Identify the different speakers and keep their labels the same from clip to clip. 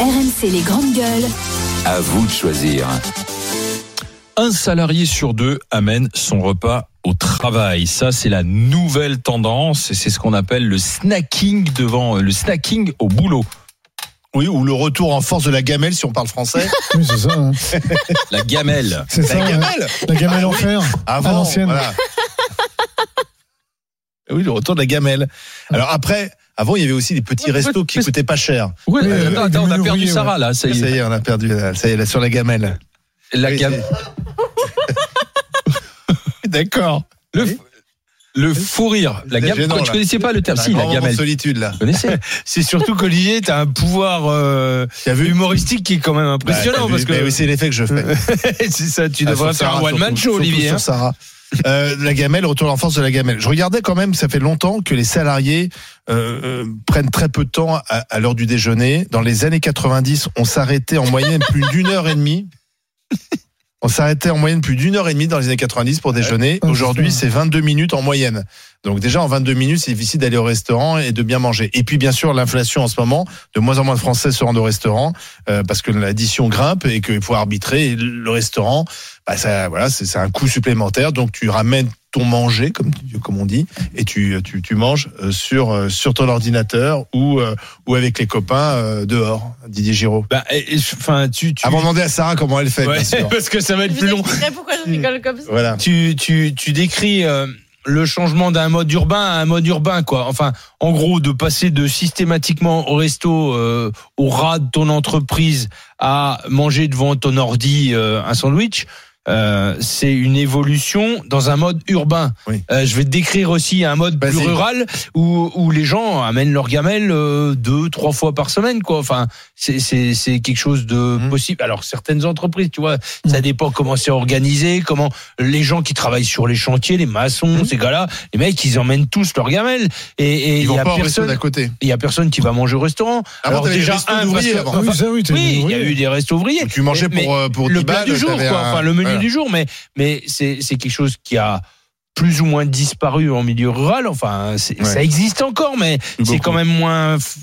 Speaker 1: RMC les grandes gueules.
Speaker 2: À vous de choisir.
Speaker 3: Un salarié sur deux amène son repas au travail. Ça, c'est la nouvelle tendance et c'est ce qu'on appelle le snacking devant euh, le snacking au boulot.
Speaker 4: Oui, ou le retour en force de la gamelle si on parle français.
Speaker 5: Oui, c'est ça. hein.
Speaker 3: La gamelle.
Speaker 5: C'est ça.
Speaker 4: La
Speaker 5: hein.
Speaker 4: gamelle
Speaker 5: La gamelle
Speaker 4: Ah
Speaker 5: en
Speaker 4: oui.
Speaker 5: fer.
Speaker 4: Avant,
Speaker 5: À l'ancienne.
Speaker 4: voilà. oui, le retour de la gamelle. Alors après, avant, il y avait aussi des petits
Speaker 3: Ouais,
Speaker 4: restos qui
Speaker 3: parce-
Speaker 4: coûtaient pas cher.
Speaker 3: Oui,
Speaker 5: Oui,
Speaker 3: Euh, attends,
Speaker 5: avec des
Speaker 3: attends, on a perdu
Speaker 5: minouriers,
Speaker 3: Sarah là.
Speaker 4: Ça
Speaker 3: Ça y est.
Speaker 4: y est, on a perdu. là, Ça y est, là, sur la gamelle.
Speaker 3: La
Speaker 4: Oui,
Speaker 3: gamelle.
Speaker 4: D'accord.
Speaker 3: Le, f- le fou rire. La
Speaker 4: C'est
Speaker 3: gamelle.
Speaker 4: gênant,
Speaker 3: Pourquoi tu
Speaker 4: là.
Speaker 3: connaissais pas le terme Si, la gamelle. Tu
Speaker 4: solitude là.
Speaker 3: connaissais
Speaker 6: C'est surtout qu'Olivier, t'as un pouvoir euh,
Speaker 4: T'as vu
Speaker 6: humoristique qui est quand même
Speaker 4: Bah,
Speaker 6: impressionnant
Speaker 4: t'as
Speaker 6: parce
Speaker 4: vu Mais oui,
Speaker 6: que
Speaker 4: c'est l'effet que je fais.
Speaker 6: c'est ça, tu
Speaker 4: Ah,
Speaker 6: devrais
Speaker 4: sur
Speaker 6: faire un
Speaker 4: Sarah,
Speaker 6: one man
Speaker 4: surtout,
Speaker 6: show,
Speaker 4: surtout
Speaker 6: Olivier.
Speaker 4: sur
Speaker 6: hein.
Speaker 4: Sarah. Euh, la gamelle, retour à l'enfance de la gamelle. Je regardais quand même, ça fait longtemps que les salariés euh, euh, prennent très peu de temps à, à l'heure du déjeuner. Dans les années 90, on s'arrêtait en moyenne plus d'une heure et demie. On s'arrêtait en moyenne plus d'une heure et demie dans les années 90 pour déjeuner.
Speaker 5: Ouais,
Speaker 4: Aujourd'hui,
Speaker 5: c'est
Speaker 4: c'est 22 minutes en moyenne. Donc déjà, en 22 minutes, c'est difficile d'aller au restaurant et de bien manger. Et puis, bien sûr, l'inflation en ce moment, de moins en moins de Français se rendent au restaurant euh, parce que l'addition grimpe et qu'il faut arbitrer. Et le restaurant, bah, ça, voilà, c'est c'est un coût supplémentaire. Donc tu ramènes ton manger, comme, tu- comme on dit, et tu, tu, tu manges euh, sur, euh, sur ton ordinateur ou, euh, ou avec les copains euh, dehors, Didier Giraud.
Speaker 6: Bah, et- et- enfin, tu, tu-
Speaker 3: Ah
Speaker 4: Avant de demander à Sarah comment elle fait,
Speaker 6: Ouais,
Speaker 4: bien sûr.
Speaker 6: parce que ça va être
Speaker 7: Je
Speaker 6: plus
Speaker 7: vous
Speaker 6: long. Hmm.
Speaker 7: expliquerai pourquoi je rigole comme ça.
Speaker 4: Voilà.
Speaker 6: Tu, tu, tu décris euh, le changement d'un mode urbain à un mode urbain, quoi. Enfin, en gros, de passer de systématiquement au resto, euh, au ras de ton entreprise, à manger devant ton ordi euh, un sandwich. euh, c'est une évolution dans un mode urbain.
Speaker 4: Oui.
Speaker 6: Euh, je vais te décrire aussi un mode plus
Speaker 4: Vas-y.
Speaker 6: rural où, où les gens amènent leur gamelle euh, deux, trois fois par semaine. Quoi. Enfin, c'est- c'est c'est quelque chose de
Speaker 4: Mhm.
Speaker 6: possible. Alors certaines entreprises, tu vois, ça dépend comment c'est organisé, comment les gens qui travaillent sur les chantiers, les
Speaker 4: Mmh.
Speaker 6: maçons, ces gars-là, les mecs, ils emmènent tous leur gamelle. Et et
Speaker 4: Ils
Speaker 6: il y
Speaker 4: vont
Speaker 6: a
Speaker 4: pas au resto d'à
Speaker 6: personne,
Speaker 4: côté.
Speaker 6: il y a personne qui va manger au restaurant.
Speaker 4: Avant, t'avais les restos
Speaker 6: un,
Speaker 4: d'ouvriers,
Speaker 6: parce que-
Speaker 4: avant.
Speaker 5: Oui, ça, oui, t'es
Speaker 6: oui, il y a
Speaker 5: ouvrier.
Speaker 6: eu des restos ouvriers.
Speaker 4: Tu mangeais
Speaker 6: Mais-
Speaker 4: pour, euh, pour
Speaker 6: le
Speaker 4: 10
Speaker 6: plat
Speaker 4: balles,
Speaker 6: du jour,
Speaker 4: t'avais
Speaker 6: quoi.
Speaker 4: un-
Speaker 6: Enfin, le menu
Speaker 4: voilà.
Speaker 6: du jour, mais mais c'est c'est quelque chose qui a plus ou moins disparu en milieu rural. Enfin, c'est-
Speaker 4: Ouais.
Speaker 6: ça existe encore, mais
Speaker 4: Plus
Speaker 6: c'est
Speaker 4: beaucoup.
Speaker 6: quand même moins f-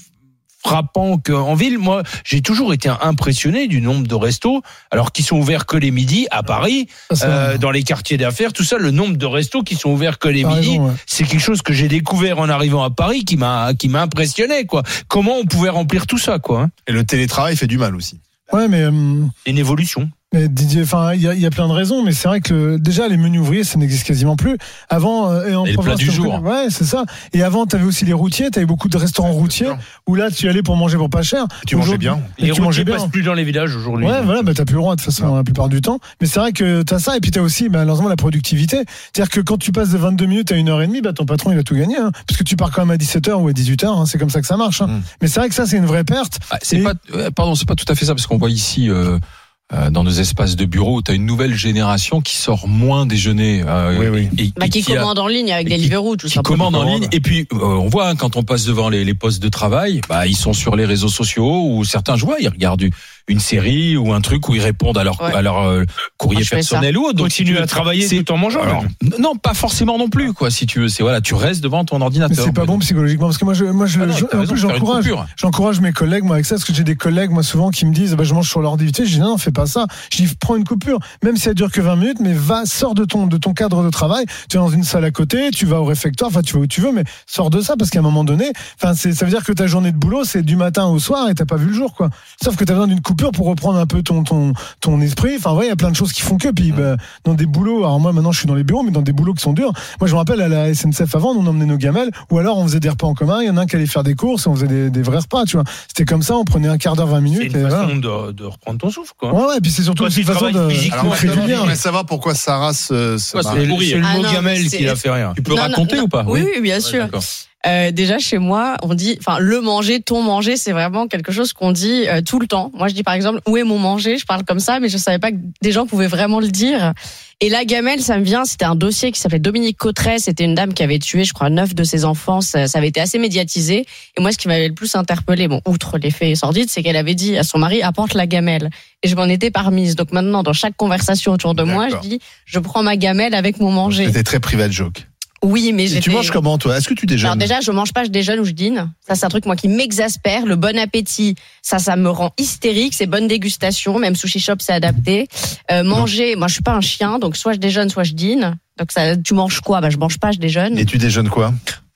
Speaker 6: frappant qu'en ville. Moi, j'ai toujours été impressionné du nombre de restos, alors qu'ils sont ouverts que les midis à Paris,
Speaker 5: Ah, ça,
Speaker 6: euh, dans les quartiers d'affaires, tout ça. Le nombre de restos qui sont ouverts que les
Speaker 5: t'as
Speaker 6: midis,
Speaker 5: raison, ouais.
Speaker 6: c'est quelque chose que j'ai découvert en arrivant à Paris, qui m'a qui m'a impressionné, quoi. Comment on pouvait remplir tout ça, quoi hein.
Speaker 4: Et le télétravail fait du mal aussi.
Speaker 5: Ouais, mais. hum,
Speaker 6: Une évolution.
Speaker 5: Mais Didier, enfin, il y, a- il y a plein de raisons, mais c'est vrai que le- déjà les menus ouvriers, ça n'existe quasiment plus. Avant, euh, en
Speaker 3: Et le plat
Speaker 5: province,
Speaker 3: du
Speaker 5: t'as-
Speaker 3: jour.
Speaker 5: ouais, c'est ça. Et avant, t'avais aussi les routiers, t'avais beaucoup de restaurants routiers où là, tu y allais pour manger pour pas cher.
Speaker 4: Tu mangeais
Speaker 5: Aujourd'hui-
Speaker 4: bien.
Speaker 5: Et
Speaker 6: Les
Speaker 5: tu mangeais
Speaker 6: routiers
Speaker 5: bien.
Speaker 6: passent plus dans les villages aujourd'hui.
Speaker 5: Ouais, voilà, bah, t'as plus le droit de toute façon la plupart du temps. Mais c'est vrai que t'as ça, et puis t'as aussi bah, malheureusement la productivité. C'est-à-dire que quand tu passes de 22 minutes à 1h30, bah, ton patron il a tout gagné. Hein, parce que tu pars quand même à 17h ou à 18h, hein, c'est comme ça que ça marche. hein.
Speaker 4: Mm.
Speaker 5: Mais c'est vrai que ça, c'est une vraie perte.
Speaker 3: Ah, c'est
Speaker 5: Et-
Speaker 3: pas, euh, pardon, c'est pas tout à fait ça parce qu'on voit ici. euh, euh, dans nos espaces de bureau, tu as une nouvelle génération qui sort moins déjeuner euh,
Speaker 4: Oui, oui.
Speaker 3: et-
Speaker 7: Bah,
Speaker 3: et
Speaker 7: qui
Speaker 3: a-
Speaker 7: commande en ligne avec
Speaker 3: qui-
Speaker 7: Deliveroo, tout
Speaker 3: qui
Speaker 7: simplement.
Speaker 3: commandent en ligne. Et puis, euh, on voit hein, quand on passe devant les, les postes de travail, bah, ils sont sur les réseaux sociaux ou certains, je vois, ils regardent une- une série ou un truc où ils répondent à leur,
Speaker 7: Ouais.
Speaker 3: à leur euh, courrier
Speaker 7: Moi, je fais ça.
Speaker 3: personnel ou autre. Donc, si tu
Speaker 6: Continue
Speaker 3: veux-
Speaker 6: à travailler
Speaker 3: c'est-
Speaker 6: tout en mangeant.
Speaker 3: Alors, n- non, pas forcément non plus, quoi. Si tu veux, c'est voilà, tu restes devant ton
Speaker 5: Mais
Speaker 3: ordinateur.
Speaker 5: c'est pas bon psychologiquement. Parce que moi, je, moi, je,
Speaker 3: Ah non,
Speaker 5: je-
Speaker 3: t'as
Speaker 5: en
Speaker 3: raison
Speaker 5: plus,
Speaker 3: de faire une
Speaker 5: j'encourage.
Speaker 3: coupure.
Speaker 5: J'encourage mes collègues moi avec ça parce que j'ai des collègues moi souvent qui me disent bah, je mange sur l'ordi Tu sais, je dis non, non fais pas ça je dis prends une coupure même si ça dure que 20 minutes mais va sors de ton de ton cadre de travail tu es dans une salle à côté tu vas au réfectoire enfin tu vas où tu veux mais sors de ça parce qu'à un moment donné enfin c'est ça veut dire que ta journée de boulot c'est du matin au soir et t'as pas vu le jour quoi sauf que t'as besoin d'une coupure pour reprendre un peu ton ton ton esprit enfin ouais il y a plein de choses qui font que puis bah, dans des boulots alors moi maintenant je suis dans les bureaux mais dans des boulots qui sont durs moi je me rappelle à la SNCF avant on emmenait nos gamelles ou alors on faisait des repas en commun il y en a un qui allait faire des courses et on faisait des, des vrais repas tu vois c'était comme ça, on prenait un quart d'heure, 20
Speaker 6: C'est
Speaker 5: minutes.
Speaker 6: une
Speaker 5: et voilà.
Speaker 6: façon de, de reprendre ton souffle, quoi.
Speaker 5: Ouais, ouais, et puis c'est surtout
Speaker 6: Quand
Speaker 5: aussi
Speaker 6: tu
Speaker 5: une façon
Speaker 6: travailles
Speaker 5: de.
Speaker 6: physiquement,
Speaker 4: Alors,
Speaker 5: de
Speaker 4: maintenant,
Speaker 5: réduire.
Speaker 4: je voudrais savoir pourquoi Sarah se, se
Speaker 3: Ouais,
Speaker 4: marre.
Speaker 3: c'est-
Speaker 6: C'est le,
Speaker 3: Courir.
Speaker 6: c'est le
Speaker 7: Ah
Speaker 6: mot
Speaker 7: non,
Speaker 6: gamelle
Speaker 7: c'est-
Speaker 6: qui la fait rire.
Speaker 3: Tu peux
Speaker 7: Non, non,
Speaker 3: raconter
Speaker 7: non.
Speaker 3: ou pas
Speaker 7: Oui, oui, bien
Speaker 3: Ouais,
Speaker 7: sûr.
Speaker 3: d'accord.
Speaker 7: Euh, déjà chez moi, on dit, enfin, le manger, ton manger, c'est vraiment quelque chose qu'on dit euh, tout le temps. Moi, je dis par exemple, où est mon manger Je parle comme ça, mais je savais pas que des gens pouvaient vraiment le dire. Et la gamelle, ça me vient, c'était un dossier qui s'appelait Dominique Cotteret. C'était une dame qui avait tué, je crois, neuf de ses enfants. Ça, ça avait été assez médiatisé. Et moi, ce qui m'avait le plus interpellé, bon, outre les faits sordides, c'est qu'elle avait dit à son mari, apporte la gamelle. Et je m'en étais parmise. Donc maintenant, dans chaque conversation autour de moi, je
Speaker 4: D'accord.
Speaker 7: dis, je prends ma gamelle avec mon manger.
Speaker 4: C'était très private joke.
Speaker 7: Oui, mais
Speaker 4: Et
Speaker 7: j'ai
Speaker 4: tu manges comment, toi Est-ce que tu
Speaker 7: Alors
Speaker 4: déjeunes
Speaker 7: déjà, je mange pas, je déjeune ou je dîne. Ça, c'est un truc moi qui m'exaspère. Le bon appétit, ça, ça me rend hystérique. C'est bonne dégustation, même sushi shop, c'est adapté. Euh, manger, moi, je suis pas un chien, donc soit je déjeune, soit je dîne. Donc ça, tu manges quoi Bah, je mange pas, je déjeune.
Speaker 4: Et tu déjeunes quoi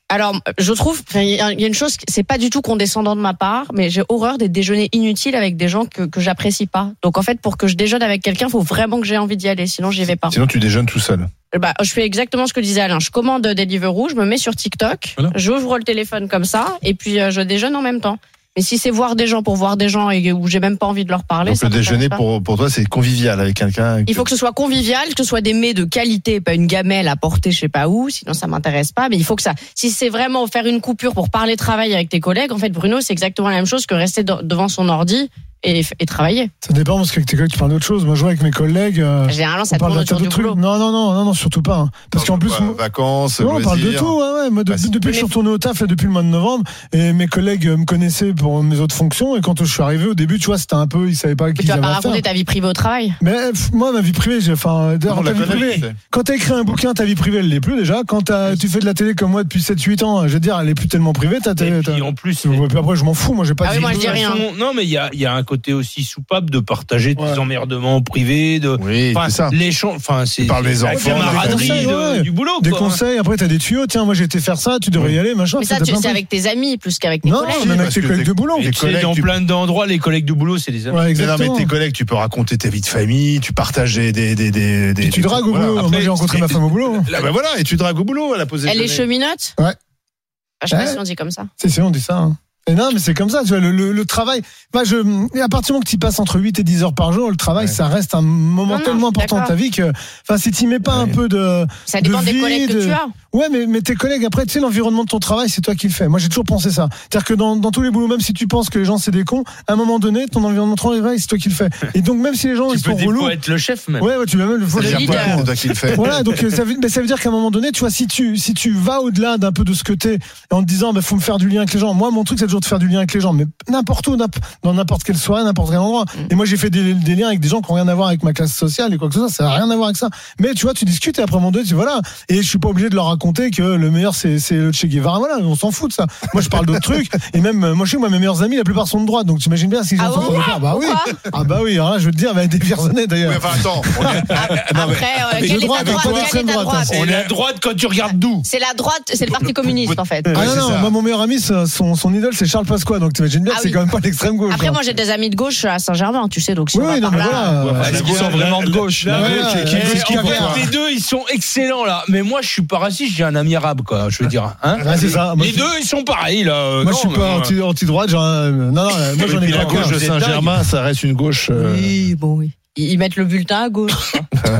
Speaker 7: Alors, je trouve, enfin, il y a il y a une chose, c'est pas du tout condescendant de ma part, mais j'ai horreur des déjeuners inutiles avec des gens que que j'apprécie pas. Donc en fait, pour que je déjeune avec quelqu'un, faut vraiment que j'ai envie d'y aller, sinon j'y vais pas.
Speaker 4: Sinon, tu déjeunes tout seul.
Speaker 7: Bah, je fais exactement ce que disait Alain. Je commande Deliveroo, je me mets sur TikTok,
Speaker 3: Voilà.
Speaker 7: j'ouvre le téléphone comme ça, et puis euh, je déjeune en même temps. Mais si c'est voir des gens pour voir des gens et où j'ai même pas envie de leur parler,
Speaker 4: Donc
Speaker 7: ça
Speaker 4: le
Speaker 7: m'intéresse
Speaker 4: déjeuner
Speaker 7: pas.
Speaker 4: pour, pour toi, c'est convivial avec quelqu'un.
Speaker 7: Il faut que ce soit convivial, que ce soit des mets de qualité, pas une gamelle à porter je sais pas où, sinon ça m'intéresse pas. Mais il faut que ça. Si c'est vraiment faire une coupure pour parler travail avec tes collègues, en fait, Bruno, c'est exactement la même chose que rester de- devant son ordi et, et travailler.
Speaker 5: Ça dépend parce que avec tes collègues, tu parles d'autre chose. Moi, je vois avec mes collègues. euh,
Speaker 7: Généralement, ça
Speaker 5: on parle d'un
Speaker 7: tourne
Speaker 5: tas
Speaker 7: autour
Speaker 5: de
Speaker 7: du
Speaker 5: trucs.
Speaker 7: boulot.
Speaker 5: Non, non, non, non, non, surtout pas. hein. Parce qu'en plus, moi-
Speaker 4: Bah, vacances,
Speaker 5: Ouais, on parle de
Speaker 4: loisirs.
Speaker 5: tout, hein, ouais, ouais. Moi, de-
Speaker 4: Bah, c'est-
Speaker 5: depuis que je suis retourné au taf, là, depuis le mois de novembre, et mes collègues euh, me connaissaient pour mes autres fonctions, et quand je suis arrivé, au début, tu vois, c'était un peu, ils savaient pas
Speaker 7: Mais
Speaker 5: qui
Speaker 7: tu
Speaker 5: ils
Speaker 7: vas
Speaker 5: avaient
Speaker 7: pas
Speaker 5: à faire.
Speaker 7: raconter ta vie privée au travail.
Speaker 5: Mais pff, moi, ma vie privée, j'ai, enfin, d'ailleurs,
Speaker 4: On
Speaker 5: ta
Speaker 4: la
Speaker 5: vie
Speaker 4: connaît,
Speaker 5: privée,
Speaker 4: tu sais.
Speaker 5: quand t'as écrit un bouquin, ta vie privée, elle l'est plus, déjà. Quand t'as- tu fais de la télé comme moi depuis 7-8 ans, je veux dire, elle est plus tellement privée, ta
Speaker 6: Et
Speaker 5: télé.
Speaker 6: puis,
Speaker 5: t'as-
Speaker 6: en plus,
Speaker 5: Ouais, puis après, je m'en fous, moi, j'ai pas
Speaker 7: Ah
Speaker 5: de
Speaker 7: oui,
Speaker 5: vie
Speaker 7: moi, je dis
Speaker 5: privée.
Speaker 7: rien.
Speaker 6: Son- Non, mais il y a, il y a un côté aussi soupape de partager
Speaker 5: Ouais.
Speaker 6: tes emmerdements privés, de
Speaker 4: Oui,
Speaker 6: enfin,
Speaker 4: c'est ça.
Speaker 6: l'échange, enfin c'est
Speaker 4: parles des
Speaker 6: la
Speaker 4: enfants, des
Speaker 6: camaraderie
Speaker 5: conseils,
Speaker 6: de-
Speaker 5: ouais.
Speaker 6: du boulot.
Speaker 5: Des
Speaker 6: quoi, hein.
Speaker 5: conseils, après, t'as des tuyaux, tiens, moi, j'ai été faire ça, tu devrais y aller, machin.
Speaker 7: Mais ça,
Speaker 5: t'as
Speaker 7: tu-
Speaker 5: plein de
Speaker 7: c'est
Speaker 5: trucs.
Speaker 7: avec tes amis plus qu'avec tes
Speaker 5: Non,
Speaker 7: collègues.
Speaker 5: même avec
Speaker 4: parce
Speaker 5: tes
Speaker 4: que
Speaker 5: collègues
Speaker 4: t'es-
Speaker 5: de boulot.
Speaker 6: Et
Speaker 4: Tes
Speaker 6: tu sais,
Speaker 4: collègues,
Speaker 6: dans
Speaker 4: tu-
Speaker 6: plein d'endroits, les collègues de boulot, c'est des amis.
Speaker 5: Ouais,
Speaker 4: Mais non, mais
Speaker 5: exactement.
Speaker 4: tes collègues, tu peux raconter ta vie de famille, tu partages des. des, des, des,
Speaker 5: Puis
Speaker 4: des-
Speaker 5: tu
Speaker 4: des-
Speaker 5: dragues au
Speaker 4: voilà.
Speaker 5: boulot. moi,
Speaker 4: Après,
Speaker 5: j'ai rencontré ma femme au boulot. hein.
Speaker 4: là, bah voilà, et tu dragues au boulot à la pause
Speaker 7: Elle est
Speaker 4: déjeuner.
Speaker 7: cheminote Ah,
Speaker 5: Ouais.
Speaker 7: Je sais pas
Speaker 5: Ouais.
Speaker 7: si on dit comme ça.
Speaker 5: C'est on dit ça. hein. Et non, mais c'est comme ça, tu vois, le, le- le travail. Bah, je, et à partir du moment que tu passes entre 8 et 10 heures par jour, le travail,
Speaker 4: Ouais.
Speaker 5: ça reste un
Speaker 7: Non,
Speaker 5: moment
Speaker 7: non,
Speaker 5: tellement
Speaker 7: je suis
Speaker 5: important de ta
Speaker 7: d'accord.
Speaker 5: vie que, enfin, si tu mets pas un
Speaker 4: Ouais.
Speaker 5: peu de.
Speaker 7: Ça
Speaker 5: De
Speaker 7: dépend des
Speaker 5: vie,
Speaker 7: collègues
Speaker 5: de-
Speaker 7: que tu as.
Speaker 5: Ouais, mais, mais tes collègues, après, tu sais, l'environnement de ton travail, c'est toi qui le fais. Moi, j'ai toujours pensé ça. C'est-à-dire que dans, dans tous les boulots, même si tu penses que les gens, c'est des cons, à un moment donné, ton environnement de travail, c'est toi qui le fais. Et donc, même si les gens,
Speaker 6: Tu
Speaker 5: ils
Speaker 6: peux
Speaker 5: sont
Speaker 6: des
Speaker 5: relous.
Speaker 6: fois être le chef même.
Speaker 5: Ouais, ouais, tu vas même le
Speaker 4: Ça veut
Speaker 7: Le
Speaker 4: dire quoi,
Speaker 7: leader.
Speaker 4: C'est toi qui le fais.
Speaker 5: voilà donc euh, ça veut, mais ça veut dire qu'à un moment donné tu vois si tu si tu vas au-delà d'un peu de ce que t'es en te disant bah, faut me faire du lien avec les gens moi mon truc c'est toujours de faire du lien avec les gens mais n'importe où n'imp- dans n'importe quel soirée n'importe quel endroit et moi j'ai fait des, des liens avec des gens qui ont rien à voir avec ma classe sociale et quoi que ce soit ça n'a rien à voir avec ça mais tu vois tu discutes et après à un moment donné tu voilà et je suis pas obligé de leur raconter que le meilleur c'est c'est le Che Guevara voilà on s'en fout de ça moi je parle d'autres trucs et même euh, moi je sais que moi mes meilleurs amis la plupart sont de droite donc t'imagines bien si j'en
Speaker 7: Ah
Speaker 5: sont
Speaker 7: bon
Speaker 5: sur le terrain, bah oui ah bah oui hein, je veux te dire bah, des personnes
Speaker 4: Oui,
Speaker 5: d'ailleurs
Speaker 4: enfin, attends, on est- Ah,
Speaker 7: Après, euh,
Speaker 5: Ah, bah mais
Speaker 7: quelle
Speaker 5: de
Speaker 7: est
Speaker 5: droite,
Speaker 7: ta droite
Speaker 5: avec
Speaker 7: Quelle est ta
Speaker 5: l'extrême droite,
Speaker 7: droite
Speaker 6: On est à droite quand tu regardes
Speaker 5: Bah,
Speaker 6: d'où
Speaker 7: C'est la droite, c'est le parti communiste en fait.
Speaker 5: Ah
Speaker 4: Ouais,
Speaker 5: non,
Speaker 4: c'est
Speaker 5: non,
Speaker 4: ça.
Speaker 5: moi, mon meilleur ami, son, son son idole, c'est Charles Pasqua. Donc, t'imagines bien
Speaker 7: Ah
Speaker 5: que c'est
Speaker 7: oui.
Speaker 5: quand même pas l'extrême gauche.
Speaker 7: Après,
Speaker 5: hein.
Speaker 7: moi, j'ai des amis de gauche à Saint-Germain, tu sais, donc si
Speaker 5: oui,
Speaker 7: on va
Speaker 5: oui, non,
Speaker 7: par
Speaker 5: mais
Speaker 7: là.
Speaker 5: voilà.
Speaker 4: Ouais,
Speaker 3: Est-ce
Speaker 4: la
Speaker 3: qu'ils
Speaker 4: gauche,
Speaker 3: sont
Speaker 4: la-
Speaker 3: vraiment de
Speaker 4: la-
Speaker 3: gauche
Speaker 5: la-
Speaker 3: là
Speaker 5: ouais,
Speaker 4: gauche,
Speaker 5: ouais,
Speaker 4: qui-
Speaker 5: ouais,
Speaker 4: qui-
Speaker 5: ouais,
Speaker 4: qui-
Speaker 5: ouais, ouais,
Speaker 6: Regarde, les deux, ils sont excellents là. Mais moi, je suis pas raciste, j'ai un ami arabe, quoi. Je veux dire. Hein
Speaker 5: Ouais, c'est ça. Moi,
Speaker 6: les
Speaker 5: je,
Speaker 6: deux, ils sont pareils là. euh, non,
Speaker 5: moi, je suis pas
Speaker 6: mais-
Speaker 5: anti- anti-droite. genre, euh, non, non, euh, moi, j'en
Speaker 4: Et
Speaker 5: ai
Speaker 4: puis
Speaker 5: pas
Speaker 4: la
Speaker 5: aucun.
Speaker 4: gauche de
Speaker 6: c'est
Speaker 4: Saint-Germain, ça reste une gauche. euh,
Speaker 7: Oui, bon, oui. Ils ils mettent le bulletin à gauche.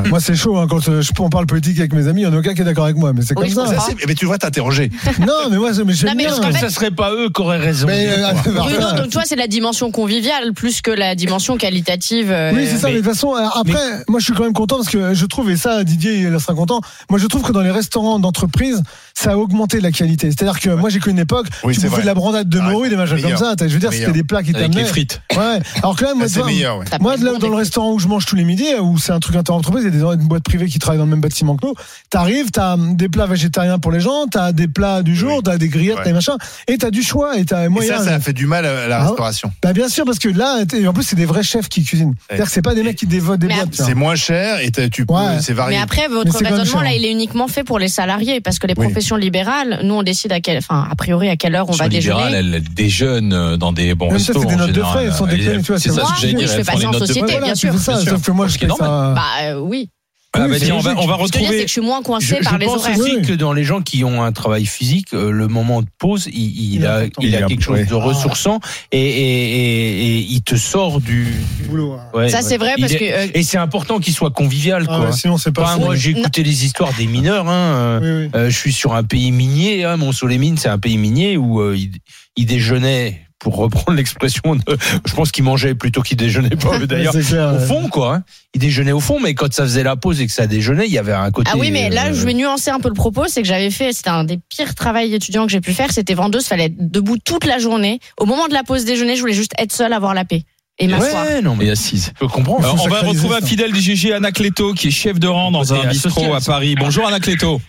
Speaker 5: Moi, c'est chaud. hein, quand euh, je, on parle politique avec mes amis, il y en a aucun qui est d'accord avec moi. Mais c'est comme
Speaker 7: Oui, je
Speaker 5: ça.
Speaker 4: ça, c'est- Mais tu devrais t'interroger.
Speaker 5: Non, mais moi, c'est- mais j'aime
Speaker 7: Non, mais
Speaker 5: bien.
Speaker 7: parce qu'en fait-
Speaker 6: Ça serait pas eux qui auraient raison.
Speaker 5: Mais, euh,
Speaker 7: Bruno,
Speaker 5: voilà.
Speaker 7: donc toi, c'est la dimension conviviale plus que la dimension qualitative. euh,
Speaker 5: Oui, c'est ça, mais,
Speaker 6: mais-
Speaker 5: de toute façon, euh, après, moi je suis quand même content parce que je trouve, et ça Didier il en sera content, moi je trouve que dans les restaurants d'entreprise, ça a augmenté la qualité. C'est-à-dire que moi j'ai connu une époque,
Speaker 4: Oui,
Speaker 5: tu
Speaker 4: c'est vrai.
Speaker 5: bouffais de la brandade de
Speaker 4: Ah,
Speaker 5: morue, des machins comme
Speaker 4: meilleur.
Speaker 5: ça, t'as- je veux dire, c'était
Speaker 4: Meilleur.
Speaker 5: des plats qui
Speaker 3: Avec les
Speaker 5: t'amenaient.
Speaker 3: frites.
Speaker 5: Ouais. Alors que là, moi,
Speaker 4: Ah, C'est
Speaker 5: tu vois,
Speaker 4: meilleur, ouais.
Speaker 7: t'as pas
Speaker 5: Moi,
Speaker 7: de
Speaker 5: de là-
Speaker 7: monde,
Speaker 5: dans le
Speaker 7: mais-
Speaker 5: restaurant où je mange tous les midis, où c'est un truc inter-entreprise, il y a des- une boîte privée qui travaille dans le même bâtiment que nous. T'arrives, t'as hum, des plats végétariens pour les gens, t'as des plats du jour,
Speaker 4: Oui.
Speaker 5: t'as des grillettes,
Speaker 4: Ouais.
Speaker 5: t'as des machins, et t'as du choix, et t'as
Speaker 4: Et
Speaker 5: moyen. hein.
Speaker 4: ça, ça a fait du mal à la
Speaker 5: Ah.
Speaker 4: restauration.
Speaker 5: Bah, bien sûr, parce que là, t'es- en plus, c'est des vrais chefs qui cuisinent. C'est-à-dire que c'est pas des mecs qui dévotent des
Speaker 7: Mais
Speaker 5: boîtes. tu vois.
Speaker 4: C'est moins cher et t'as- tu peux,
Speaker 5: Ouais.
Speaker 4: c'est varié.
Speaker 7: Mais après,
Speaker 5: Mais
Speaker 7: votre
Speaker 5: c'est quand même
Speaker 7: raisonnement,
Speaker 5: cher.
Speaker 7: là, il est uniquement fait pour les salariés, parce que les
Speaker 4: Oui.
Speaker 7: professions libérales, nous, on décide à quelle, enfin, a priori, à quelle heure on
Speaker 3: Sur
Speaker 7: va
Speaker 3: libéral,
Speaker 7: déjeuner.
Speaker 3: elle elle déjeune euh, dans des bons
Speaker 5: Même ça,
Speaker 3: restos.
Speaker 5: c'est des
Speaker 3: en
Speaker 5: notes de
Speaker 3: général.
Speaker 5: frais, elles sont
Speaker 3: Elle-
Speaker 5: déconnées, tu vois,
Speaker 3: C'est
Speaker 5: c'est
Speaker 3: ça
Speaker 5: vrai.
Speaker 3: ce que j'allais
Speaker 7: Oui,
Speaker 3: dire.
Speaker 7: je fais
Speaker 3: elles
Speaker 7: pas
Speaker 3: font
Speaker 7: ça
Speaker 3: les
Speaker 7: en
Speaker 3: notes de
Speaker 7: société,
Speaker 3: frais.
Speaker 5: Voilà,
Speaker 7: bien
Speaker 5: c'est
Speaker 7: sûr.
Speaker 5: ça,
Speaker 3: Bien
Speaker 5: sauf
Speaker 3: sûr.
Speaker 5: que moi, je
Speaker 3: Ce qui est
Speaker 5: fais ça.
Speaker 7: Bah euh, oui.
Speaker 3: Ah,
Speaker 5: Oui,
Speaker 3: bah,
Speaker 5: c'est
Speaker 3: tiens, on va,
Speaker 5: logique.
Speaker 3: on va
Speaker 7: Ce que je veux dire, c'est
Speaker 3: retrouver.
Speaker 7: que je suis moins
Speaker 6: Je,
Speaker 7: coincé
Speaker 6: je
Speaker 7: par les
Speaker 6: pense
Speaker 7: horaires.
Speaker 6: aussi
Speaker 5: Oui.
Speaker 6: que dans les gens qui ont un travail physique, euh, le moment de pause, il, il
Speaker 5: Il est
Speaker 6: a,
Speaker 5: important. Ah.
Speaker 6: il
Speaker 4: Il est
Speaker 6: a quelque
Speaker 4: important,
Speaker 6: chose de ressourçant et, et- et- et il te sort du.
Speaker 7: Bah.
Speaker 5: Boulot, hein.
Speaker 6: Ouais,
Speaker 7: Ça,
Speaker 6: ouais.
Speaker 7: c'est vrai,
Speaker 6: Il
Speaker 7: parce
Speaker 6: est-
Speaker 7: que, euh,
Speaker 6: Et c'est important qu'il soit convivial,
Speaker 5: Ah
Speaker 6: quoi.
Speaker 5: ouais, sinon, c'est pas
Speaker 6: Enfin,
Speaker 5: fou.
Speaker 6: moi, j'ai écouté les histoires des mineurs. Hein, euh,
Speaker 5: Oui, oui.
Speaker 6: euh, je suis sur un pays minier. Hein, Mines, c'est un pays minier où euh, ils, ils déjeunaient, pour reprendre l'expression. de- Je pense qu'ils mangeaient plutôt qu'ils déjeunaient pas. eux, D'ailleurs,
Speaker 5: C'est
Speaker 6: au
Speaker 5: clair, ouais.
Speaker 6: fond, quoi. hein. Ils déjeunaient au fond, mais quand ça faisait la pause et que ça déjeunait, il y avait un côté.
Speaker 7: Ah oui, mais là,
Speaker 6: euh,
Speaker 7: je vais nuancer un peu le propos. C'est que j'avais fait, c'était un des pires travails étudiants que j'ai pu faire. C'était vendeuse, fallait être debout toute la journée. Au moment de la pause déjeuner, je voulais juste être seule, avoir la paix et m'asseoir.
Speaker 6: Ouais, non, mais
Speaker 3: Et assise.
Speaker 6: je comprends.
Speaker 3: Alors, on va
Speaker 5: sacraliser
Speaker 3: retrouver
Speaker 5: ça.
Speaker 3: un fidèle du GG, Anacleto, qui est chef de rang dans
Speaker 6: Côté
Speaker 3: un bistrot
Speaker 6: associé,
Speaker 3: à
Speaker 6: ça.
Speaker 3: Paris. Bonjour Anacleto.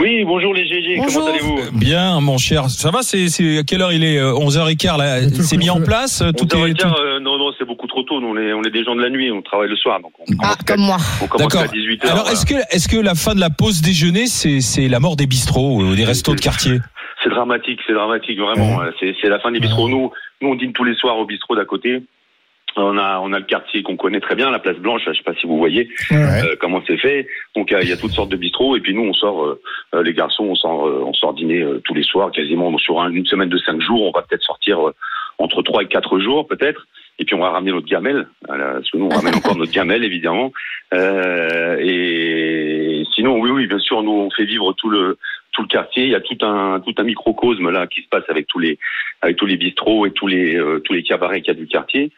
Speaker 1: Oui, bonjour les GG,
Speaker 7: Bonjour.
Speaker 1: comment allez-vous
Speaker 3: Euh, Bien, mon cher. Ça va c'est, c'est à quelle heure il est Euh, 11h15 là.
Speaker 5: Tout
Speaker 3: C'est mis en
Speaker 5: le-
Speaker 3: place euh, Tout
Speaker 1: On
Speaker 3: est.
Speaker 1: est
Speaker 3: tout-
Speaker 1: Non, non, c'est beaucoup trop tôt. Nous, on est, on est des gens de la nuit, on travaille le soir. Donc on
Speaker 7: Ah,
Speaker 1: commence,
Speaker 7: comme moi.
Speaker 1: à, on commence
Speaker 3: D'accord.
Speaker 1: à euh, 18h.
Speaker 3: Alors, est-ce que, est-ce que la fin de la pause déjeuner, c'est, c'est la mort des bistrots ou des restos de quartier
Speaker 1: C'est dramatique, c'est dramatique, vraiment. Euh, C'est, c'est la fin des bistrots. Nous, nous, on dîne tous les soirs au bistrot d'à côté. On a, on a le quartier qu'on connaît très bien, la place Blanche, je sais pas si vous voyez
Speaker 5: Ouais.
Speaker 1: euh, comment c'est fait. Donc euh, il y a toutes sortes de bistrots et puis nous on sort euh, euh, les garçons, on sort euh, on sort dîner euh, tous les soirs quasiment Donc, sur un- une semaine de cinq jours, on va peut-être sortir euh, entre trois et quatre jours peut-être et puis on va ramener notre gamelle voilà, parce que nous on ramène encore notre gamelle évidemment. Euh, et sinon oui oui, bien sûr, nous on fait vivre tout le tout le quartier, il y a tout un tout un microcosme là qui se passe avec tous les avec tous les bistrots et tous les euh, tous les cabarets qu'il y a du quartier.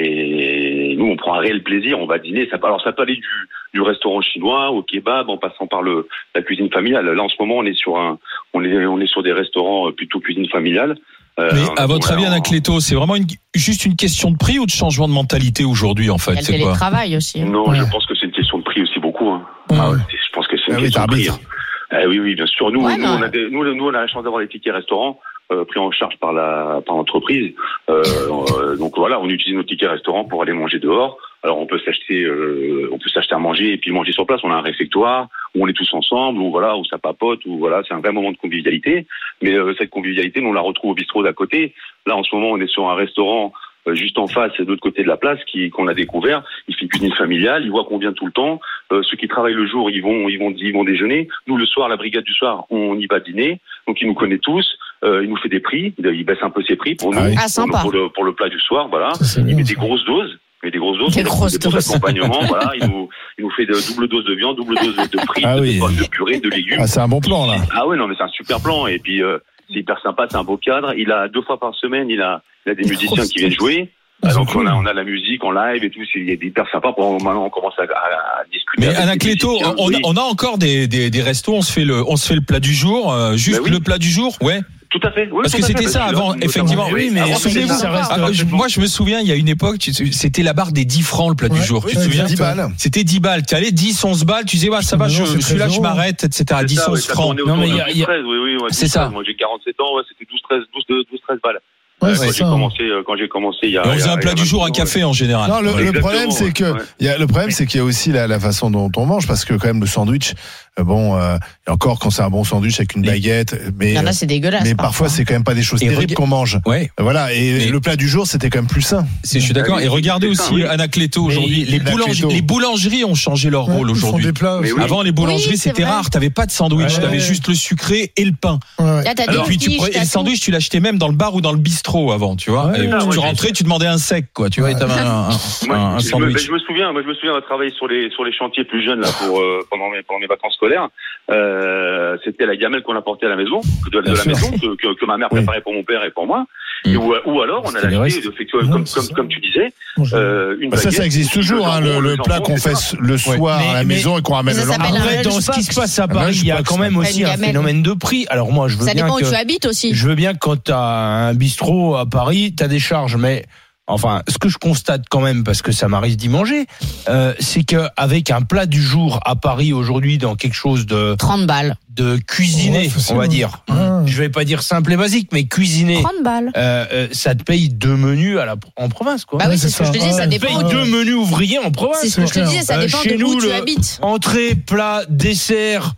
Speaker 1: Et nous, on prend un réel plaisir. On va dîner. Ça, peut- alors ça peut aller du du restaurant chinois au kebab, en passant par le la cuisine familiale. Là, en ce moment, on est sur un on est on est sur des restaurants euh, plutôt cuisine familiale. Euh,
Speaker 3: Mais
Speaker 1: on-
Speaker 3: à votre
Speaker 1: on-
Speaker 3: avis, Anna Cléto, c'est vraiment une, juste une question de prix ou de changement de mentalité aujourd'hui, en
Speaker 7: Il y
Speaker 3: fait
Speaker 7: a le
Speaker 3: C'est quoi
Speaker 7: télétravail aussi. hein.
Speaker 1: Non,
Speaker 5: Ouais.
Speaker 1: je pense que c'est une question de prix aussi beaucoup. hein.
Speaker 5: Ah ouais.
Speaker 1: Je pense que c'est une
Speaker 4: Ah oui,
Speaker 1: question de prix.
Speaker 4: t'arbitres.
Speaker 1: hein. Eh oui, oui, bien sûr. Nous,
Speaker 7: Ouais,
Speaker 1: nous,
Speaker 7: non.
Speaker 1: on a des- nous, nous, on a la chance d'avoir des tickets restaurants euh, pris en charge par la par l'entreprise. Euh, euh, donc voilà, on utilise nos tickets restaurants pour aller manger dehors. Alors on peut s'acheter, euh, on peut s'acheter à manger et puis manger sur place. On a un réfectoire où on est tous ensemble, où voilà, où ça papote, où voilà, c'est un vrai moment de convivialité. Mais euh, cette convivialité, nous, on la retrouve au bistrot d'à côté. Là, en ce moment, on est sur un restaurant euh, juste en face, de l'autre côté de la place, qui qu'on a découvert. Il fait une cuisine familiale, il voit qu'on vient tout le temps. Euh, ceux qui travaillent le jour, ils vont, ils vont, ils vont déjeuner. Nous, le soir, la brigade du soir, on y va dîner. Donc, il nous connaît tous. Euh, il nous fait des prix. Il baisse un peu ses prix pour nous,
Speaker 4: Ah oui.
Speaker 7: Ah,
Speaker 1: pour-
Speaker 7: sympa.
Speaker 1: Pour, le, pour le plat du soir, voilà.
Speaker 5: Ça, c'est
Speaker 1: Il
Speaker 5: bien,
Speaker 1: met des
Speaker 5: ça.
Speaker 1: grosses doses. Il met des grosses doses.
Speaker 7: Des
Speaker 1: Il nous fait
Speaker 7: grosses
Speaker 1: des doses.
Speaker 7: doses.
Speaker 1: d'accompagnement, voilà. Il nous, il nous fait de double dose de viande, double dose de frites,
Speaker 4: Ah oui.
Speaker 1: de pommes, de purée, de légumes.
Speaker 4: Ah, c'est un bon plan là.
Speaker 1: Ah ouais, non, mais c'est un super plan. Et puis, euh, c'est hyper sympa, c'est un beau cadre. Il a deux fois par semaine, il a, il a des
Speaker 5: Il
Speaker 1: musiciens
Speaker 5: croustille.
Speaker 1: qui viennent jouer.
Speaker 5: Ah,
Speaker 1: Ah,
Speaker 5: c'est
Speaker 1: donc
Speaker 5: cool.
Speaker 1: on a, on a la musique en live et tout, c'est il est hyper sympa. Bon, maintenant on commence à, à- à discuter.
Speaker 3: mais
Speaker 1: avec les
Speaker 3: Anacléto,
Speaker 1: musiciens,
Speaker 3: on, a-
Speaker 1: oui.
Speaker 3: on a encore des, des, des restos, on se fait le, on se fait le plat du jour, euh, juste
Speaker 1: Bah oui.
Speaker 3: le plat du jour, ouais.
Speaker 1: Tout à fait. oui,
Speaker 3: Parce
Speaker 1: tout
Speaker 3: que
Speaker 1: à fait,
Speaker 3: c'était ça
Speaker 1: que
Speaker 3: avant,
Speaker 1: notamment-
Speaker 3: effectivement.
Speaker 5: Oui, mais
Speaker 3: Avant, c'était
Speaker 7: souvenez-vous,
Speaker 3: ça.
Speaker 7: ça reste
Speaker 3: Ah, je- moi, je me souviens, il y a une époque, tu- c'était la barre des 10 francs le plat du
Speaker 5: Ouais.
Speaker 3: jour. Tu te
Speaker 5: Ouais,
Speaker 3: souviens
Speaker 4: 10 balles.
Speaker 3: C'était 10 balles. Tu allais 10, 11 balles, tu disais, ouais, ça va,
Speaker 5: Mais
Speaker 3: je,
Speaker 5: non, c'est
Speaker 3: celui-là,
Speaker 5: 13
Speaker 3: je
Speaker 5: euros.
Speaker 3: m'arrête, etc. 10,
Speaker 1: C'est ça,
Speaker 3: 11
Speaker 1: ça
Speaker 3: francs.
Speaker 1: tournait
Speaker 6: Non,
Speaker 1: autour
Speaker 6: mais
Speaker 1: de
Speaker 6: il y a- il y a-
Speaker 1: 12-13, oui, oui, ouais,
Speaker 3: C'est
Speaker 1: 12-13.
Speaker 3: ça.
Speaker 1: Moi j'ai 47 ans, ouais, c'était 12-13 12, 12-13 balles.
Speaker 5: Ouais,
Speaker 1: quand
Speaker 5: c'est
Speaker 1: j'ai
Speaker 5: ça.
Speaker 1: commencé, euh, quand j'ai commencé il y a.
Speaker 3: hein. Et on
Speaker 1: il y a-
Speaker 3: faisait un
Speaker 1: il y a
Speaker 3: plat du jour,
Speaker 1: 20,
Speaker 3: un
Speaker 1: ouais.
Speaker 3: café en général.
Speaker 4: Non, le,
Speaker 3: Ouais.
Speaker 4: le
Speaker 1: Ah, Exactement,
Speaker 4: problème, c'est
Speaker 1: ouais.
Speaker 4: que
Speaker 1: Ouais.
Speaker 4: il y a, le problème, c'est qu'il y a aussi la, la façon dont on mange, parce que quand même le sandwich, euh, bon, euh, et encore quand c'est un bon sandwich avec une baguette,
Speaker 7: Il
Speaker 4: mais
Speaker 7: y en
Speaker 4: euh,
Speaker 7: a, c'est dégueulasse.
Speaker 4: mais parfois c'est quand même pas des choses
Speaker 3: Et
Speaker 4: terribles
Speaker 3: rega-
Speaker 4: qu'on mange.
Speaker 3: Ouais,
Speaker 4: Voilà, et
Speaker 3: Mais-
Speaker 4: le plat du jour, c'était quand même plus sain.
Speaker 3: c'est- je
Speaker 6: bah
Speaker 3: suis
Speaker 1: Ah
Speaker 3: d'accord.
Speaker 1: oui,
Speaker 3: Et regardez
Speaker 1: c'est ça,
Speaker 3: aussi
Speaker 1: oui.
Speaker 3: Anacléto
Speaker 5: Mais
Speaker 3: aujourd'hui. Les,
Speaker 4: Anacleto.
Speaker 3: boulangeries- les boulangeries ont changé leur
Speaker 5: Ouais,
Speaker 3: rôle
Speaker 5: ils font
Speaker 3: aujourd'hui.
Speaker 5: des plats
Speaker 1: Mais
Speaker 5: aussi.
Speaker 1: oui.
Speaker 3: Avant, les boulangeries,
Speaker 7: Oui, c'est
Speaker 3: c'était
Speaker 7: vrai.
Speaker 3: rare. T'avais pas de sandwich.
Speaker 5: Ouais.
Speaker 3: T'avais juste le sucré et le pain.
Speaker 5: Ouais, ouais.
Speaker 7: Là, t'as des
Speaker 3: et puis, tu
Speaker 7: fiches,
Speaker 3: prenais, et
Speaker 7: t'as
Speaker 3: le
Speaker 7: tout.
Speaker 3: sandwich, tu l'achetais même dans le bar ou dans le bistrot avant, tu vois.
Speaker 5: Ouais,
Speaker 3: Et
Speaker 1: ouais,
Speaker 3: tu
Speaker 1: ouais.
Speaker 3: rentrais, tu demandais un sec, quoi, tu vois. Et t'avais un, un-
Speaker 1: Moi,
Speaker 3: un- un
Speaker 1: je, me, ben,
Speaker 3: sandwich.
Speaker 1: je me souviens, moi je me souviens avoir travaillé sur les sur les chantiers plus jeunes là pour euh, pendant mes pendant mes vacances scolaires. Euh, c'était la gamelle qu'on apportait à la maison, de, de
Speaker 3: Bien
Speaker 1: la
Speaker 3: sûr.
Speaker 1: maison que, que, que ma mère
Speaker 4: Oui.
Speaker 1: préparait pour mon père et pour moi.
Speaker 3: Mm.
Speaker 1: Et ou, euh, ou alors on
Speaker 3: C'était
Speaker 1: allait
Speaker 3: les
Speaker 1: acheter
Speaker 3: restes.
Speaker 1: effectivement
Speaker 5: Non,
Speaker 1: comme
Speaker 5: c'est
Speaker 1: comme,
Speaker 5: ça.
Speaker 1: comme tu disais
Speaker 5: Bonjour.
Speaker 1: euh, une
Speaker 4: Bah, ça,
Speaker 1: baguette,
Speaker 4: ça existe
Speaker 1: le
Speaker 4: toujours, hein, le,
Speaker 1: jambon,
Speaker 4: le plat
Speaker 1: jambon,
Speaker 4: qu'on
Speaker 1: etc.
Speaker 4: fait le soir
Speaker 6: Mais-
Speaker 4: à la
Speaker 6: mais-
Speaker 4: maison et qu'on ramène
Speaker 7: mais
Speaker 4: le
Speaker 7: ça s'appelle
Speaker 4: lendemain.
Speaker 7: un
Speaker 6: Après, dans ce qui se passe
Speaker 3: Ah,
Speaker 6: à
Speaker 3: bah,
Speaker 6: Paris,
Speaker 4: lunchbox,
Speaker 6: il y a quand même
Speaker 7: c'est
Speaker 6: aussi
Speaker 7: pas
Speaker 6: un
Speaker 7: une gamelle.
Speaker 6: phénomène de prix. Alors moi, je veux
Speaker 7: Ça
Speaker 6: bien
Speaker 7: dépend où
Speaker 6: que
Speaker 7: tu habites aussi.
Speaker 6: je veux bien que quand t'as un bistrot à Paris, t'as des charges, mais enfin, ce que je constate quand même, parce que ça m'arrive d'y manger, euh, c'est que avec un plat du jour à Paris aujourd'hui, dans quelque chose de
Speaker 7: 30 balles.
Speaker 6: de cuisiner,
Speaker 5: Ouais,
Speaker 6: on
Speaker 5: facile,
Speaker 6: va
Speaker 5: ouais.
Speaker 6: dire.
Speaker 5: Ouais.
Speaker 6: Je vais pas dire simple et basique, mais cuisiner,
Speaker 7: 30 balles.
Speaker 6: euh, euh, ça te paye deux menus à la, en province, quoi.
Speaker 7: Bah
Speaker 5: Ouais,
Speaker 7: oui, c'est
Speaker 5: c'est
Speaker 7: ce que je
Speaker 5: ça.
Speaker 7: te disais, ça
Speaker 5: Ouais.
Speaker 6: Tu payes
Speaker 7: dépend.
Speaker 5: Ouais.
Speaker 6: deux menus ouvriers en
Speaker 7: ah, C'est
Speaker 6: province.
Speaker 7: ce que je te
Speaker 5: clair.
Speaker 7: disais, ça
Speaker 6: Euh,
Speaker 7: dépend
Speaker 6: chez
Speaker 7: de
Speaker 6: nous,
Speaker 7: où tu
Speaker 6: le-
Speaker 7: habites.
Speaker 6: Entrée, plat, dessert,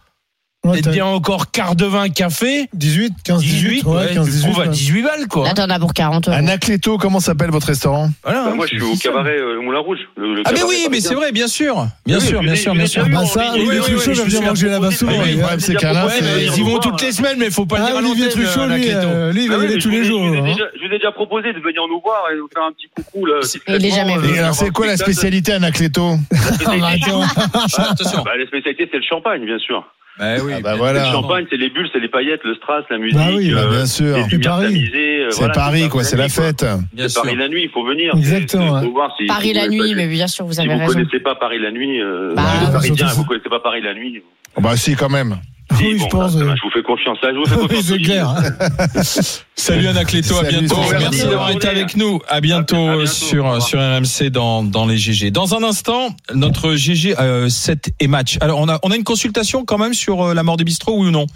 Speaker 5: Ouais,
Speaker 6: et
Speaker 5: t'as
Speaker 6: bien encore quart de vin, café.
Speaker 5: 18, 15, 18, ouais,
Speaker 6: ouais,
Speaker 5: 15,
Speaker 6: tu trouves
Speaker 5: 18.
Speaker 6: à
Speaker 5: ouais.
Speaker 6: 18 balles, quoi.
Speaker 7: Là, t'en as pour 40 euros.
Speaker 4: Anacléto, comment s'appelle votre restaurant
Speaker 6: Voilà,
Speaker 1: Bah, moi
Speaker 6: hein,
Speaker 1: je suis
Speaker 6: c'est
Speaker 1: au
Speaker 6: ça.
Speaker 1: cabaret euh, le Moulin Rouge. le- le
Speaker 3: Ah, mais
Speaker 1: cabaret
Speaker 3: oui, mais
Speaker 1: parisien.
Speaker 3: c'est vrai, bien sûr. Bien
Speaker 1: Oui,
Speaker 3: sûr,
Speaker 1: je
Speaker 3: bien
Speaker 1: l'ai-
Speaker 3: sûr,
Speaker 1: je
Speaker 3: bien
Speaker 1: l'ai
Speaker 3: sûr.
Speaker 1: déjà eu
Speaker 5: Bah
Speaker 1: en
Speaker 5: ça,
Speaker 1: ligne.
Speaker 5: Olivier
Speaker 1: Oui, oui,
Speaker 5: Truchot
Speaker 1: oui,
Speaker 5: va
Speaker 1: je
Speaker 5: venir
Speaker 1: vous ai
Speaker 5: manger là-bas
Speaker 1: proposé
Speaker 5: souvent,
Speaker 1: de
Speaker 5: ouais.
Speaker 1: venir
Speaker 5: Le
Speaker 1: vous
Speaker 4: problème, c'est
Speaker 1: voir,
Speaker 4: qu'à la
Speaker 1: euh,
Speaker 4: fin,
Speaker 6: Ouais, mais
Speaker 1: venir
Speaker 6: ils y
Speaker 1: vous
Speaker 6: vont
Speaker 1: voir,
Speaker 6: toutes
Speaker 1: euh,
Speaker 6: les semaines, mais faut pas
Speaker 5: Ah,
Speaker 6: dire à
Speaker 5: Olivier
Speaker 6: l'antenne,
Speaker 5: Truchot,
Speaker 6: euh, la
Speaker 5: lui,
Speaker 6: Cato.
Speaker 5: euh, lui, il va y
Speaker 1: Ah oui,
Speaker 5: aller
Speaker 1: mais
Speaker 5: tous
Speaker 1: je
Speaker 5: les
Speaker 1: vous ai-
Speaker 5: jours.
Speaker 1: Je vous ai
Speaker 5: hein.
Speaker 1: déjà- je vous ai déjà proposé de venir nous voir et nous faire un petit coucou. Là,
Speaker 7: Il est jamais
Speaker 1: discrètement,
Speaker 7: venu.
Speaker 1: euh,
Speaker 4: Et alors, c'est quoi la
Speaker 1: d'avoir-
Speaker 4: spécialité Anacléto
Speaker 1: La spécialité,
Speaker 3: Attention.
Speaker 1: Bah, la spécialité, c'est le champagne, bien sûr.
Speaker 3: Bah oui.
Speaker 4: Ah bah
Speaker 1: Eh C'est
Speaker 4: voilà.
Speaker 1: Le champagne, c'est les bulles, c'est les paillettes, le strass, la musique.
Speaker 5: Bah oui,
Speaker 1: euh,
Speaker 4: Bah, bien
Speaker 1: les
Speaker 4: sûr.
Speaker 5: c'est
Speaker 1: lumières
Speaker 5: Paris.
Speaker 1: tamisées, euh,
Speaker 4: C'est
Speaker 1: voilà,
Speaker 4: Paris, quoi, c'est la
Speaker 1: nuit, quoi.
Speaker 4: fête.
Speaker 3: Bien
Speaker 1: C'est
Speaker 3: sûr.
Speaker 1: Paris la nuit, il faut venir.
Speaker 5: Exactement,
Speaker 1: C'est-
Speaker 5: ouais.
Speaker 1: Faut voir si,
Speaker 7: Paris
Speaker 1: si
Speaker 7: la
Speaker 1: vous avez
Speaker 7: nuit,
Speaker 1: pas-
Speaker 7: mais bien sûr, vous
Speaker 1: bah, Si
Speaker 7: avez
Speaker 1: vous
Speaker 7: raison.
Speaker 1: connaissez pas Paris la nuit, euh,
Speaker 7: Bah,
Speaker 1: vous êtes
Speaker 5: surtout
Speaker 1: parisien,
Speaker 5: ça.
Speaker 1: vous connaissez pas Paris la nuit.
Speaker 4: Bah si, quand même.
Speaker 1: Et
Speaker 5: Ah Oui, je
Speaker 1: bon,
Speaker 5: pense, euh,
Speaker 1: ça va,
Speaker 5: ouais.
Speaker 1: je vous fais confiance. Ah, je vous fais
Speaker 5: Oui,
Speaker 1: confiance.
Speaker 5: c'est
Speaker 1: Olivier.
Speaker 5: clair. hein.
Speaker 3: Salut Anacleto, à
Speaker 4: Salut,
Speaker 3: bientôt.
Speaker 4: salut.
Speaker 3: Merci d'avoir été avec nous. À
Speaker 1: À
Speaker 3: bientôt,
Speaker 1: bientôt.
Speaker 3: euh,
Speaker 1: Au
Speaker 3: sur euh,
Speaker 1: revoir.
Speaker 3: sur RMC dans dans les GG. Dans un instant, notre GG euh, 7 et match. Alors on a on a une consultation quand même sur euh, la mort des bistrots oui ou non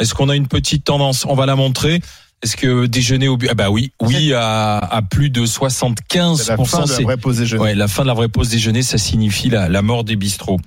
Speaker 3: Est-ce qu'on a une petite tendance On va la montrer. Est-ce que déjeuner au bu- ah bah oui, oui à, à plus de 75
Speaker 4: C'est la fin de la
Speaker 3: c'est
Speaker 4: vraie pause déjeuner.
Speaker 3: ouais, la fin de la vraie pause déjeuner, ça signifie la, la mort des bistrots.